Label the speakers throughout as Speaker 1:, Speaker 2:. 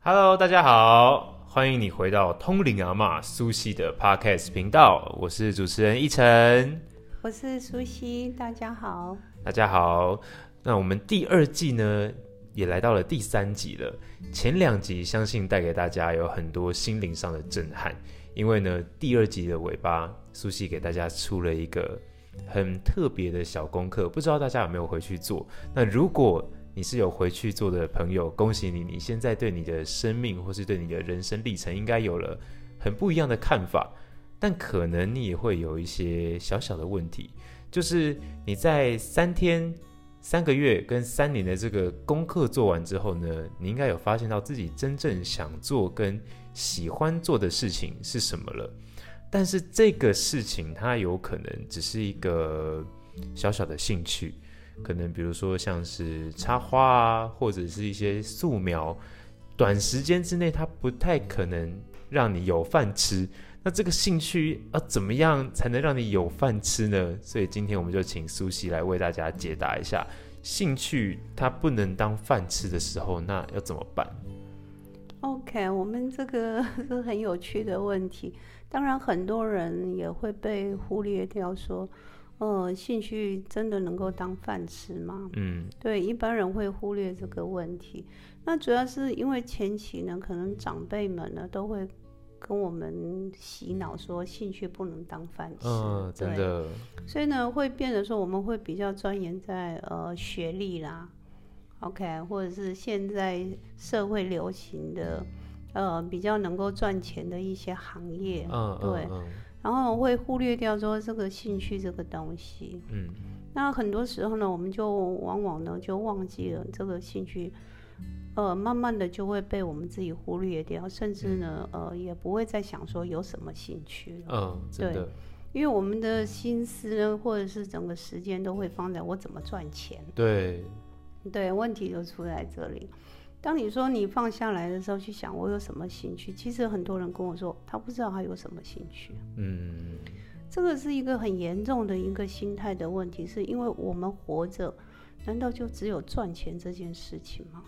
Speaker 1: Hello，大家好，欢迎你回到通灵阿嬷苏西的 Podcast 频道，我是主持人一晨。
Speaker 2: 我是苏西，大家好。
Speaker 1: 大家好，那我们第二季呢也来到了第三集了。前两集相信带给大家有很多心灵上的震撼，因为呢第二集的尾巴，苏西给大家出了一个很特别的小功课，不知道大家有没有回去做？那如果你是有回去做的朋友，恭喜你，你现在对你的生命或是对你的人生历程应该有了很不一样的看法，但可能你也会有一些小小的问题，就是你在三天、三个月跟三年的这个功课做完之后呢，你应该有发现到自己真正想做跟喜欢做的事情是什么了。但是这个事情它有可能只是一个小小的兴趣，可能比如说像是插花啊，或者是一些素描，短时间之内它不太可能让你有饭吃。那这个兴趣要怎么样才能让你有饭吃呢？所以今天我们就请苏西来为大家解答一下，兴趣它不能当饭吃的时候，那要怎么办？
Speaker 2: OK，我们这个 是很有趣的问题。当然，很多人也会被忽略掉，说，呃，兴趣真的能够当饭吃吗？
Speaker 1: 嗯
Speaker 2: 对，一般人会忽略这个问题。那主要是因为前期呢，可能长辈们呢都会跟我们洗脑说，兴趣不能当饭吃。
Speaker 1: 嗯，真
Speaker 2: 对
Speaker 1: 的，
Speaker 2: 所以呢，会变得说我们会比较钻研在呃学历啦，OK，或者是现在社会流行的呃比较能够赚钱的一些行业，
Speaker 1: 嗯
Speaker 2: 对
Speaker 1: 嗯嗯
Speaker 2: 然后会忽略掉说这个兴趣这个东西。
Speaker 1: 嗯
Speaker 2: 那很多时候呢，我们就往往呢就忘记了这个兴趣。呃，慢慢的就会被我们自己忽略掉，甚至呢，呃，也不会再想说有什么兴趣了。
Speaker 1: 嗯，真的，
Speaker 2: 因为我们的心思呢，或者是整个时间都会放在我怎么赚钱，
Speaker 1: 对，
Speaker 2: 对，问题就出在这里。当你说你放下来的时候，去想我有什么兴趣，其实很多人跟我说他不知道他有什么兴趣，
Speaker 1: 嗯
Speaker 2: 这个是一个很严重的一个心态的问题，是因为我们活着，难道就只有赚钱这件事情吗？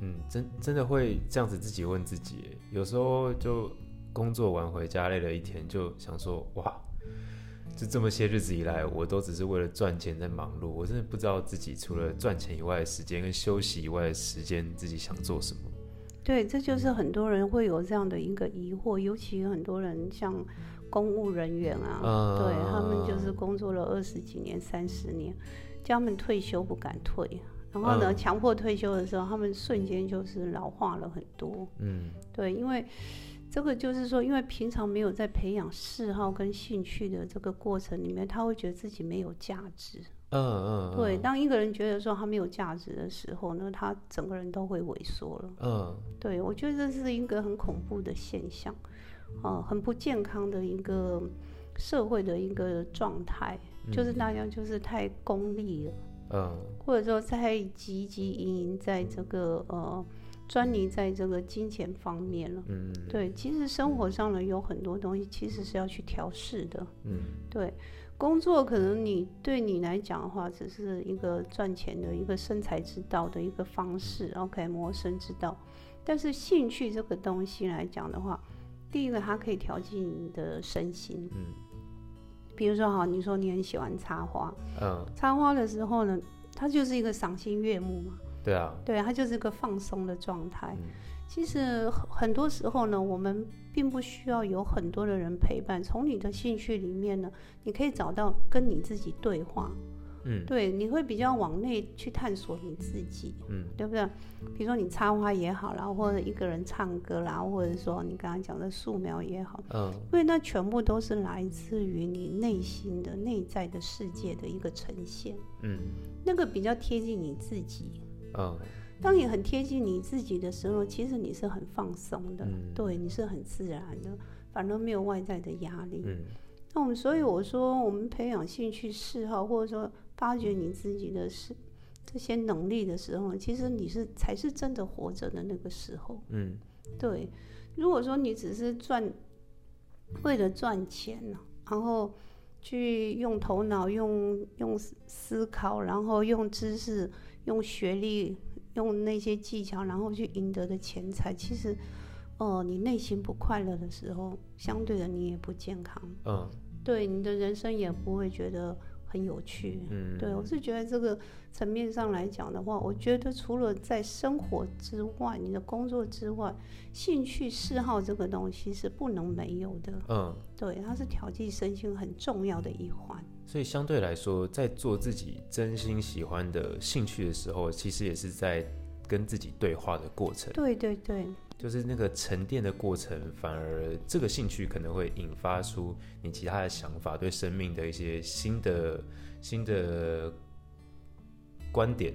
Speaker 1: 嗯，真真的会这样子自己问自己耶，有时候就工作完回家累了一天，就想说哇。就这么些日子以来，我都只是为了赚钱在忙碌，我真的不知道自己除了赚钱以外的时间跟休息以外的时间，自己想做什么。
Speaker 2: 对，这就是很多人会有这样的一个疑惑，尤其很多人像公务人员啊，
Speaker 1: 嗯
Speaker 2: 对他们就是工作了二十几年、三十年，叫他们退休不敢退，然后呢，
Speaker 1: 嗯
Speaker 2: 强迫退休的时候，他们瞬间就是老化了很多。
Speaker 1: 嗯
Speaker 2: 对，因为这个就是说，因为平常没有在培养嗜好跟兴趣的这个过程里面，他会觉得自己没有价值。
Speaker 1: 嗯嗯，嗯
Speaker 2: 对，，当一个人觉得说他没有价值的时候呢，他整个人都会萎缩了。
Speaker 1: 嗯
Speaker 2: 对，我觉得这是一个很恐怖的现象，呃，很不健康的一个社会的一个状态，就是大家就是太功利了，
Speaker 1: 嗯
Speaker 2: 或者说太汲汲营营在这个呃专泥在这个金钱方面了。
Speaker 1: 嗯
Speaker 2: 对，其实生活上呢有很多东西其实是要去调试的。
Speaker 1: 嗯
Speaker 2: 对，工作可能你对你来讲的话，只是一个赚钱的一个生财之道的一个方式，OK，谋生之道。但是兴趣这个东西来讲的话，第一个它可以调剂你的身心，
Speaker 1: 嗯
Speaker 2: 比如说哈，你说你很喜欢插花，
Speaker 1: 嗯，
Speaker 2: 插花的时候呢，它就是一个赏心悦目嘛，
Speaker 1: 对啊，
Speaker 2: 对，它就是一个放松的状态。
Speaker 1: 嗯
Speaker 2: 其实很很多时候呢，我们并不需要有很多的人陪伴，从你的兴趣里面呢，你可以找到跟你自己对话，
Speaker 1: 嗯
Speaker 2: 对，你会比较往内去探索你自己，
Speaker 1: 嗯
Speaker 2: 对不对？比如说你插花也好啦，或者一个人唱歌啦，或者说你刚刚讲的素描也好，
Speaker 1: 嗯
Speaker 2: 因为那全部都是来自于你内心的内在的世界的一个呈现，
Speaker 1: 嗯
Speaker 2: 那个比较贴近你自己。
Speaker 1: 嗯
Speaker 2: 当你很贴近你自己的时候，其实你是很放松的，
Speaker 1: 嗯
Speaker 2: 对，你是很自然的，反而没有外在的压力。
Speaker 1: 嗯
Speaker 2: 那我们所以我说，我们培养兴趣嗜好，或者说发掘你自己的是这些能力的时候，其实你是才是真的活着的那个时候。
Speaker 1: 嗯
Speaker 2: 对，如果说你只是赚，为了赚钱然后去用头脑、用用思思考，然后用知识、用学历、用那些技巧，然后去赢得的钱财，其实，呃，你内心不快乐的时候，相对的你也不健康，
Speaker 1: 嗯
Speaker 2: 对你的人生也不会觉得很有趣。
Speaker 1: 嗯，
Speaker 2: 对，我是觉得这个层面上来讲的话，我觉得除了在生活之外，你的工作之外，兴趣嗜好这个东西是不能没有的。
Speaker 1: 嗯，
Speaker 2: 对，它是调剂身心很重要的一环。
Speaker 1: 所以相对来说，在做自己真心喜欢的兴趣的时候，其实也是在跟自己对话的过程，
Speaker 2: 对对对，
Speaker 1: 就是那个沉淀的过程，反而这个兴趣可能会引发出你其他的想法，对生命的一些新的新的观点。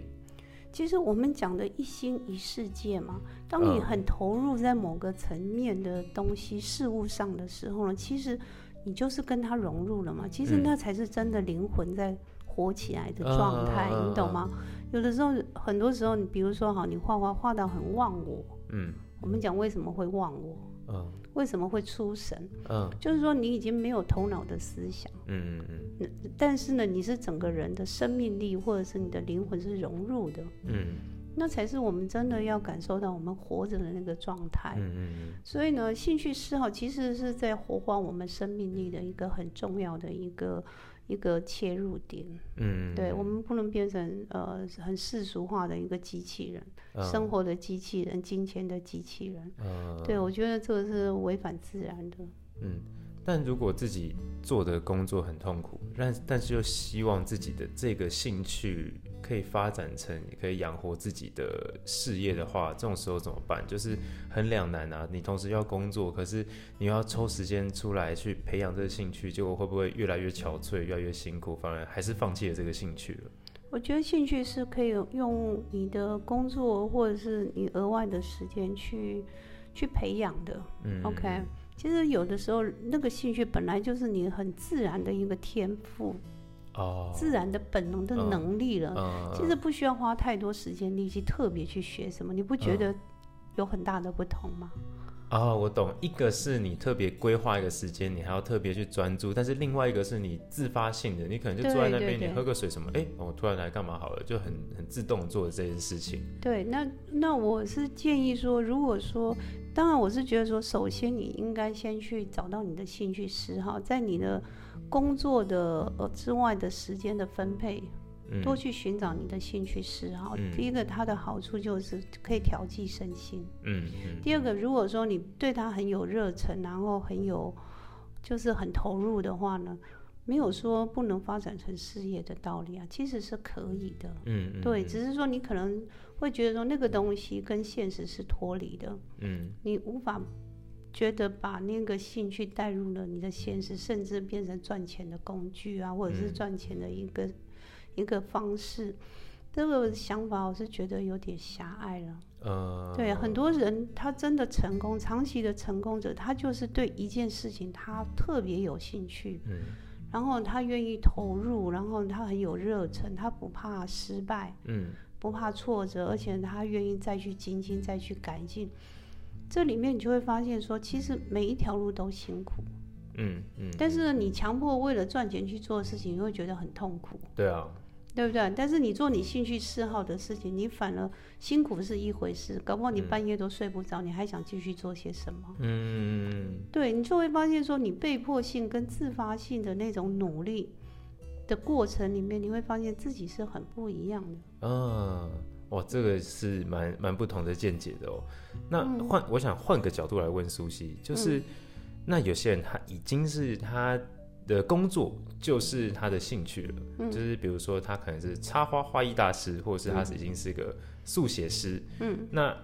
Speaker 2: 其实我们讲的一心一世界嘛，当你
Speaker 1: 嗯
Speaker 2: 很投入在某个层面的东西、事物上的时候呢，其实你就是跟它融入了嘛。其实
Speaker 1: 嗯
Speaker 2: 那才是真的灵魂在活起来的状态，
Speaker 1: 嗯嗯嗯
Speaker 2: 你懂吗？有的时候，很多时候，你比如说哈，你画画画到很忘我，
Speaker 1: 嗯
Speaker 2: 我们讲为什么会忘我，
Speaker 1: 嗯
Speaker 2: 为什么会出神，
Speaker 1: 嗯
Speaker 2: 就是说你已经没有头脑的思想。
Speaker 1: 嗯嗯
Speaker 2: 但是呢，你是整个人的生命力或者是你的灵魂是融入的，
Speaker 1: 嗯
Speaker 2: 那才是我们真的要感受到我们活着的那个状态。
Speaker 1: 嗯
Speaker 2: 所以呢，兴趣嗜好其实是在活化我们生命力的一个很重要的一个一个切入点。
Speaker 1: 嗯，
Speaker 2: 对我们不能变成呃很世俗化的一个机器人，生活的机器人，金钱的机器人。
Speaker 1: 嗯
Speaker 2: 对我觉得这个是违反自然的。
Speaker 1: 嗯，但如果自己做的工作很痛苦，但但是又希望自己的这个兴趣可以发展成可以养活自己的事业的话，这种时候怎么办？就是很两难啊！你同时要工作，可是你又要抽时间出来去培养这个兴趣，结果会不会越来越憔悴，越来越辛苦，反而还是放弃了这个兴趣了？
Speaker 2: 我觉得兴趣是可以用你的工作或者是你额外的时间去去培养的。
Speaker 1: 嗯
Speaker 2: OK，其实有的时候那个兴趣本来就是你很自然的一个天赋、
Speaker 1: 哦，
Speaker 2: 自然的本能的
Speaker 1: 嗯
Speaker 2: 能力了。
Speaker 1: 嗯，
Speaker 2: 其实不需要花太多时间力气特别去学什么，你不觉
Speaker 1: 嗯
Speaker 2: 得有很大的不同吗？
Speaker 1: 哦，我懂，一个是你特别规划一个时间，你还要特别去专注，但是另外一个是你自发性的，你可能就坐在那
Speaker 2: 对对
Speaker 1: 边，你
Speaker 2: 对
Speaker 1: 喝个水什么，哎，我突然来干嘛好了，就很很自动做这件事情。
Speaker 2: 对，那那我是建议说，如果说，当然我是觉得说，首先你应该先去找到你的兴趣嗜好，在你的工作的呃之外的时间的分配，
Speaker 1: 嗯
Speaker 2: 多去寻找你的兴趣嗜好。
Speaker 1: 嗯
Speaker 2: 第一个，它的好处就是可以调剂身心；
Speaker 1: 嗯嗯
Speaker 2: 第二个，如果说你对它很有热忱，然后很有就是很投入的话呢，没有说不能发展成事业的道理啊，其实是可以的。
Speaker 1: 嗯，嗯
Speaker 2: 对，，只是说你可能会觉得说那个东西跟现实是脱离的，
Speaker 1: 嗯
Speaker 2: 你无法觉得把那个兴趣带入了你的现实，甚至变成赚钱的工具啊，或者是
Speaker 1: 嗯
Speaker 2: 赚钱的一个、一个方式。这个想法我是觉得有点狭隘了。
Speaker 1: 呃，
Speaker 2: 对，很多人他真的成功，长期的成功者，他就是对一件事情他特别有兴趣，
Speaker 1: 嗯
Speaker 2: 然后他愿意投入，然后他很有热忱，他不怕失败。
Speaker 1: 嗯
Speaker 2: 不怕挫折，而且他愿意再去精进、再去改进。这里面你就会发现说，其实每一条路都辛苦，
Speaker 1: 嗯嗯，
Speaker 2: 但是呢你强迫为了赚钱去做的事情，你会觉得很痛苦，
Speaker 1: 对啊，
Speaker 2: 对不对？但是你做你兴趣嗜好的事情，你反而辛苦是一回事，搞不好你
Speaker 1: 嗯
Speaker 2: 半夜都睡不着，你还想继续做些什么？
Speaker 1: 嗯
Speaker 2: 对你就会发现说，你被迫性跟自发性的那种努力的过程里面，你会发现自己是很不一样的。
Speaker 1: 嗯，哇，这个是蛮蛮不同的见解的哦。那换、我想换个角度来问苏西，就是、那有些人他已经是他的工作就是他的兴趣了，就是比如说他可能是插花画艺大师，或者是他已经是个速写师，
Speaker 2: 嗯，
Speaker 1: 那。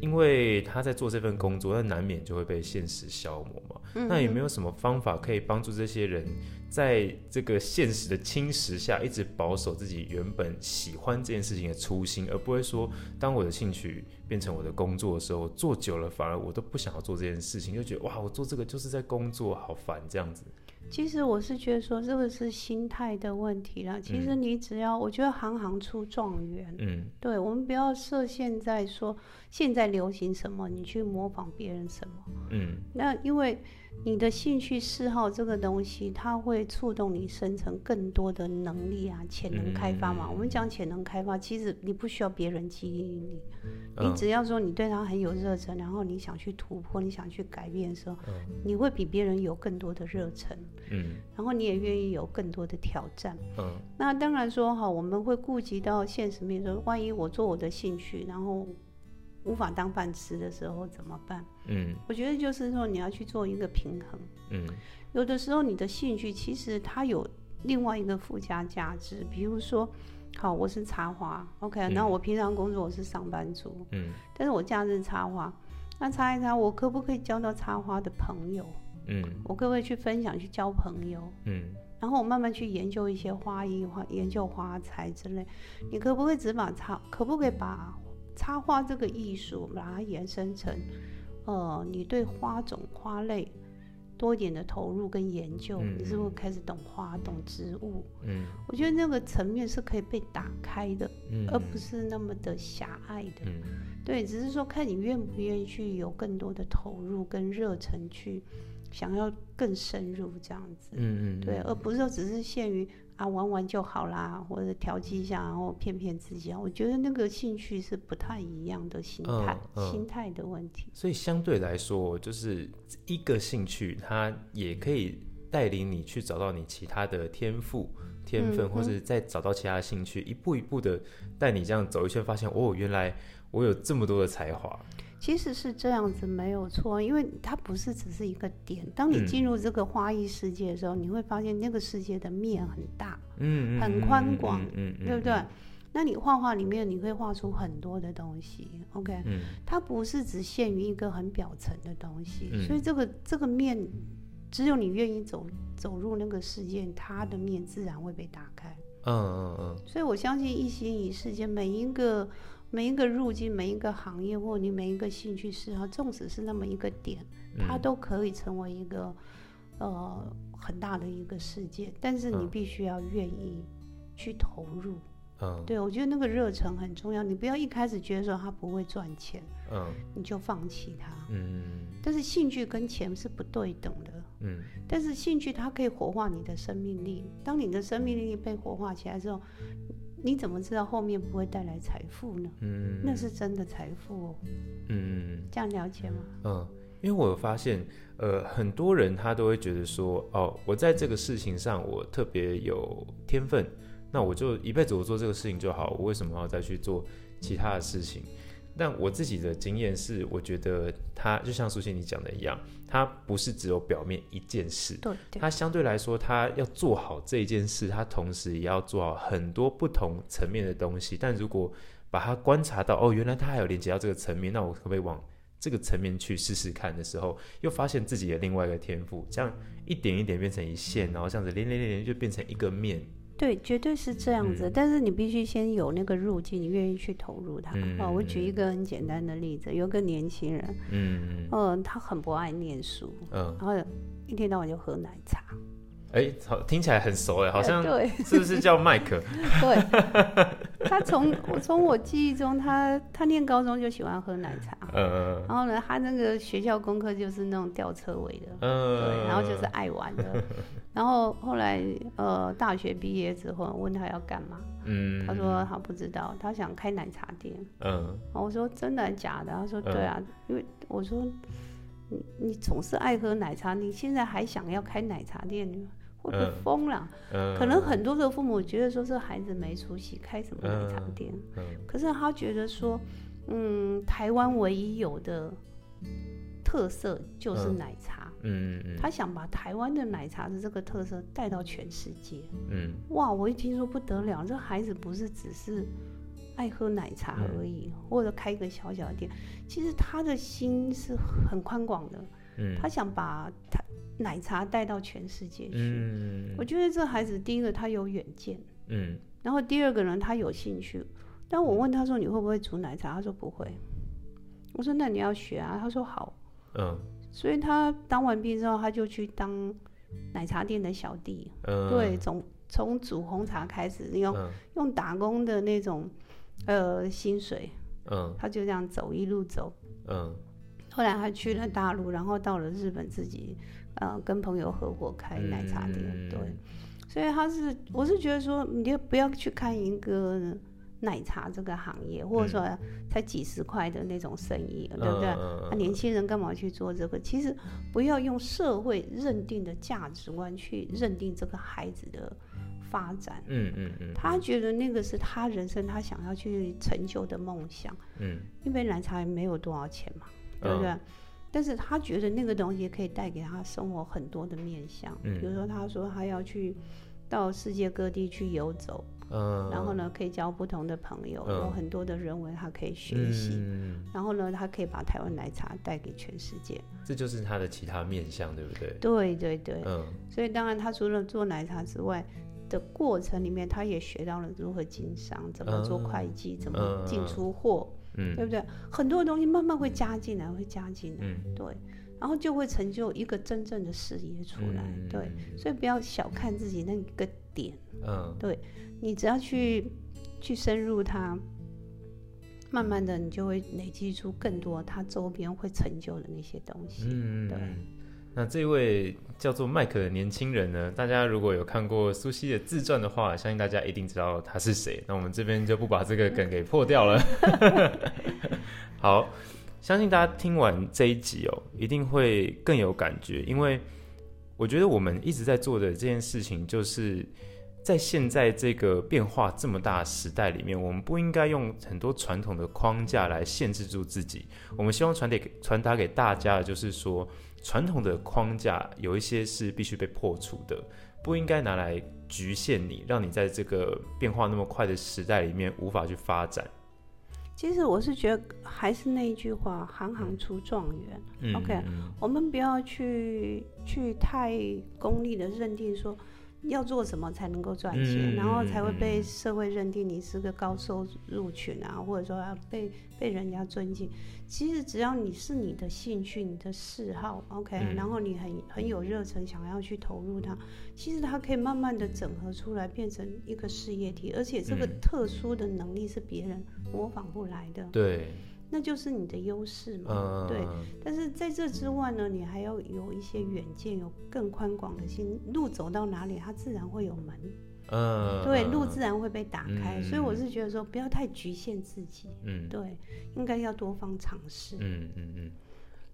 Speaker 1: 因为他在做这份工作，那难免就会被现实消磨嘛。那有没有什么方法可以帮助这些人在这个现实的侵蚀下，一直保守自己原本喜欢这件事情的初心，而不会说，当我的兴趣变成我的工作的时候，做久了反而我都不想要做这件事情，就觉得哇，我做这个就是在工作，好烦这样子。
Speaker 2: 其实我是觉得说，这个是心态的问题啦。其实你只要，我觉得行行出状元。
Speaker 1: 嗯
Speaker 2: 对，我们不要设限在说现在流行什么，你去模仿别人什么。
Speaker 1: 嗯
Speaker 2: 那因为你的兴趣嗜好这个东西，它会触动你生成更多的能力啊，潜能开发嘛。我们讲潜能开发，其实你不需要别人激励你，你
Speaker 1: 嗯
Speaker 2: 只要说你对它很有热忱，然后你想去突破，你想去改变的时候，你会比别人有更多的热忱，
Speaker 1: 嗯
Speaker 2: 然后你也愿意有更多的挑战。
Speaker 1: 嗯
Speaker 2: 那当然说哈，我们会顾及到现实面，说万一我做我的兴趣，然后无法当饭吃的时候怎么办？
Speaker 1: 嗯
Speaker 2: 我觉得就是说你要去做一个平衡。
Speaker 1: 嗯
Speaker 2: 有的时候你的兴趣其实它有另外一个附加价值，比如说，好，我是插花，OK，
Speaker 1: 嗯
Speaker 2: 那我平常工作我是上班族，
Speaker 1: 嗯
Speaker 2: 但是我假日插花，那插一插，我可不可以交到插花的朋友？
Speaker 1: 嗯
Speaker 2: 我可不可以去分享去交朋友？
Speaker 1: 嗯
Speaker 2: 然后我慢慢去研究一些花艺、花研究花材之类。你可不可以只把插，可不可以把插花这个艺术把它延伸成，呃，你对花种、花类多一点的投入跟研究，
Speaker 1: 嗯
Speaker 2: 你是不是开始懂花、懂植物？
Speaker 1: 嗯
Speaker 2: 我觉得那个层面是可以被打开的，
Speaker 1: 嗯，
Speaker 2: 而不是那么的狭隘的。
Speaker 1: 嗯
Speaker 2: 对，只是说看你愿不愿意去有更多的投入跟热忱去想要更深入这样子。
Speaker 1: 嗯嗯
Speaker 2: 对，而不是说只是限于啊玩玩就好啦，或者调剂一下，然后骗骗自己啊。我觉得那个兴趣是不太一样的心态，
Speaker 1: 嗯嗯
Speaker 2: 心态的问题。
Speaker 1: 所以相对来说，就是一个兴趣，它也可以带领你去找到你其他的天赋、天分，
Speaker 2: 嗯
Speaker 1: 或是再找到其他的兴趣，一步一步的带你这样走一圈，发现哦，原来我有这么多的才华。
Speaker 2: 其实是这样子没有错，因为它不是只是一个点。当你
Speaker 1: 嗯
Speaker 2: 进入这个花艺世界的时候，你会发现那个世界的面很大，
Speaker 1: 嗯，嗯
Speaker 2: 很宽广
Speaker 1: 嗯
Speaker 2: 对不对？？那你画画里面，你会画出很多的东西，OK？
Speaker 1: 嗯
Speaker 2: 它不是只限于一个很表层的东西，
Speaker 1: 嗯
Speaker 2: 所以这个这个面，只有你愿意走走入那个世界，它的面自然会被打开。
Speaker 1: 嗯嗯嗯
Speaker 2: 所以我相信一心一世界，每一个每一个入境，每一个行业或你每一个兴趣嗜好，纵使是那么一个点，
Speaker 1: 嗯，
Speaker 2: 它都可以成为一个呃很大的一个世界，但是你
Speaker 1: 嗯
Speaker 2: 必须要愿意去投入。
Speaker 1: 嗯
Speaker 2: 对我觉得那个热忱很重要，你不要一开始觉得说它不会赚钱。
Speaker 1: 嗯
Speaker 2: 你就放弃它。
Speaker 1: 嗯
Speaker 2: 但是兴趣跟钱是不对等的，
Speaker 1: 嗯
Speaker 2: 但是兴趣它可以活化你的生命力。当你的生命力被活化起来之后，你怎么知道后面不会带来财富呢？
Speaker 1: 嗯，
Speaker 2: 那是真的财富哦，
Speaker 1: 嗯。
Speaker 2: 这样了解吗？
Speaker 1: 嗯，因为我有发现，呃，很多人他都会觉得说，哦，我在这个事情上我特别有天分，那我就一辈子我做这个事情就好，我为什么要再去做其他的事情？但我自己的经验是，我觉得它就像苏欣你讲的一样，它不是只有表面一件事，
Speaker 2: 对对，
Speaker 1: 它相对来说，它要做好这一件事，它同时也要做好很多不同层面的东西。但如果把它观察到，哦，原来它还有连接到这个层面，那我可不可以往这个层面去试试看的时候，又发现自己的另外一个天赋，这样一点一点变成一线，然后这样子连连连连就变成一个面。
Speaker 2: 对，绝对是这样
Speaker 1: 嗯
Speaker 2: 子。但是你必须先有那个入境，你愿意去投入它。
Speaker 1: 嗯
Speaker 2: 哦，我举一个很简单的例子，有个年轻人，
Speaker 1: 嗯
Speaker 2: 嗯、他很不爱念书，
Speaker 1: 嗯，
Speaker 2: 然后一天到晚就喝奶茶，
Speaker 1: 哎、好，听起来很熟哎，好像
Speaker 2: 呃对。
Speaker 1: 是不是叫麦克？
Speaker 2: 对， 他从我从我记忆中，他他念高中就喜欢喝奶茶，
Speaker 1: 嗯
Speaker 2: 然后呢，他那个学校功课就是那种吊车尾的，对，
Speaker 1: 嗯，
Speaker 2: 然后就是爱玩
Speaker 1: 呃
Speaker 2: 的，然后后来呃大学毕业之后问他要干嘛，
Speaker 1: 嗯，
Speaker 2: 他说他不知道，他想开奶茶店，
Speaker 1: 嗯
Speaker 2: 然后我说真的假的？他说
Speaker 1: 嗯
Speaker 2: 对啊，因为我说你你总是爱喝奶茶，你现在还想要开奶茶店，会不会
Speaker 1: 嗯
Speaker 2: 疯了？
Speaker 1: 嗯，
Speaker 2: 可能很多的父母觉得说这孩子没出息，开什么奶茶店？
Speaker 1: 嗯
Speaker 2: 可是他觉得说，嗯，台湾唯一有的特色就是
Speaker 1: 嗯
Speaker 2: 奶茶，
Speaker 1: 嗯嗯
Speaker 2: 他想把台湾的奶茶的这个特色带到全世界。
Speaker 1: 嗯
Speaker 2: 哇，我一听说不得了，这孩子不是只是爱喝奶茶
Speaker 1: 嗯
Speaker 2: 而已，或者开一个小小的店，其实他的心是很宽广的，
Speaker 1: 嗯，
Speaker 2: 他想把他奶茶带到全世界去。
Speaker 1: 嗯
Speaker 2: 我觉得这孩子第一个他有远见。
Speaker 1: 嗯
Speaker 2: 然后第二个人他有兴趣，但我问他说你会不会煮奶茶，他说不会。我说那你要学啊，他说好。
Speaker 1: 嗯
Speaker 2: 所以他当完兵之后，他就去当奶茶店的小弟，
Speaker 1: 嗯，
Speaker 2: 对，从从煮红茶开始，用、
Speaker 1: 嗯
Speaker 2: 用打工的那种呃薪水，
Speaker 1: 嗯
Speaker 2: 他就这样走一路走。
Speaker 1: 嗯
Speaker 2: 后来他去了大陆，然后到了日本自己呃跟朋友合伙开奶茶店，
Speaker 1: 嗯
Speaker 2: 对，所以他是我是觉得说，你就不要去看一个奶茶这个行业，或者说才几十块的那种生意，对不对？
Speaker 1: 嗯
Speaker 2: 啊，年轻人干嘛去做这个？其实不要用社会认定的价值观去认定这个孩子的发展。
Speaker 1: 嗯嗯嗯
Speaker 2: 他觉得那个是他人生他想要去成就的梦想，
Speaker 1: 嗯，
Speaker 2: 因为奶茶也没有多少钱嘛，
Speaker 1: 嗯
Speaker 2: 对不对？但是他觉得那个东西可以带给他生活很多的面向，
Speaker 1: 嗯
Speaker 2: 比如说他说他要去到世界各地去游走，
Speaker 1: 嗯，
Speaker 2: 然后呢可以交不同的朋友，
Speaker 1: 嗯
Speaker 2: 有很多的人文他可以学
Speaker 1: 嗯
Speaker 2: 习，
Speaker 1: 嗯
Speaker 2: 然后呢他可以把台湾奶茶带给全世界。
Speaker 1: 这就是他的其他面相，对不对？
Speaker 2: 对对对，
Speaker 1: 嗯
Speaker 2: 所以当然他除了做奶茶之外的过程里面，他也学到了如何经商，怎么做
Speaker 1: 嗯
Speaker 2: 会计，怎么
Speaker 1: 嗯
Speaker 2: 进
Speaker 1: 嗯
Speaker 2: 出货，对
Speaker 1: 嗯
Speaker 2: 不对？很多东西慢慢会加进来，会加进来，
Speaker 1: 嗯，
Speaker 2: 对，然后就会成就一个真正的事业出来，
Speaker 1: 嗯
Speaker 2: 对。，所以不要小看自己那个点，
Speaker 1: 嗯
Speaker 2: 你只要去去深入它，慢慢的你就会累积出更多它周边会成就的那些东西。
Speaker 1: 嗯，
Speaker 2: 对
Speaker 1: 嗯那这位叫做麦克的年轻人呢？大家如果有看过苏西的自传的话，相信大家一定知道他是谁。那我们这边就不把这个梗给破掉了。好，相信大家听完这一集哦，一定会更有感觉，因为我觉得我们一直在做的这件事情，就是在现在这个变化这么大的时代里面，我们不应该用很多传统的框架来限制住自己。我们希望传给传达给大家的就是说，传统的框架有一些是必须被破除的，不应该拿来局限你，让你在这个变化那么快的时代里面无法去发展。
Speaker 2: 其实我是觉得还是那一句话，行行出状元。
Speaker 1: 嗯
Speaker 2: OK
Speaker 1: 嗯
Speaker 2: 我们不要去去太功利的认定说要做什么才能够赚钱，
Speaker 1: 嗯
Speaker 2: 然后才会被
Speaker 1: 嗯
Speaker 2: 社会认定你是个高收入群啊，或者说要被被人家尊敬。其实只要你是你的兴趣、你的嗜好，OK，、
Speaker 1: 嗯
Speaker 2: 然后你很很有热忱，想要去投入它，其实它可以慢慢的整合出来，变成一个事业体，而且这个
Speaker 1: 嗯
Speaker 2: 特殊的能力是别人模仿不来的，
Speaker 1: 对，
Speaker 2: 那就是你的优势
Speaker 1: 嗯，
Speaker 2: 嘛，对。但是在这之外呢，你还要有一些远见，有更宽广的心。路走到哪里，它自然会有门，
Speaker 1: 嗯，
Speaker 2: 对，
Speaker 1: 嗯
Speaker 2: 路自然会被打开。
Speaker 1: 嗯
Speaker 2: 所以我是觉得说，不要太局限自己，
Speaker 1: 嗯
Speaker 2: 对，应该要多方尝试。
Speaker 1: 嗯嗯嗯，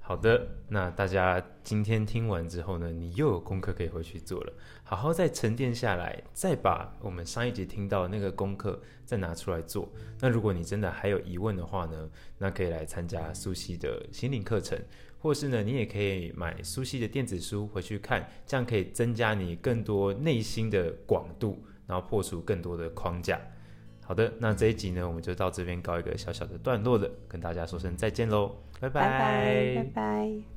Speaker 1: 好的，那大家今天听完之后呢，你又有功课可以回去做了，好好再沉淀下来，再把我们上一集听到的那个功课再拿出来做。那如果你真的还有疑问的话呢，那可以来参加苏西的心灵课程。或是呢，你也可以买苏西的电子书回去看，这样可以增加你更多内心的广度，然后破除更多的框架。好的，那这一集呢，我们就到这边告一个小小的段落了，跟大家说声再见喽，拜
Speaker 2: 拜拜，拜拜。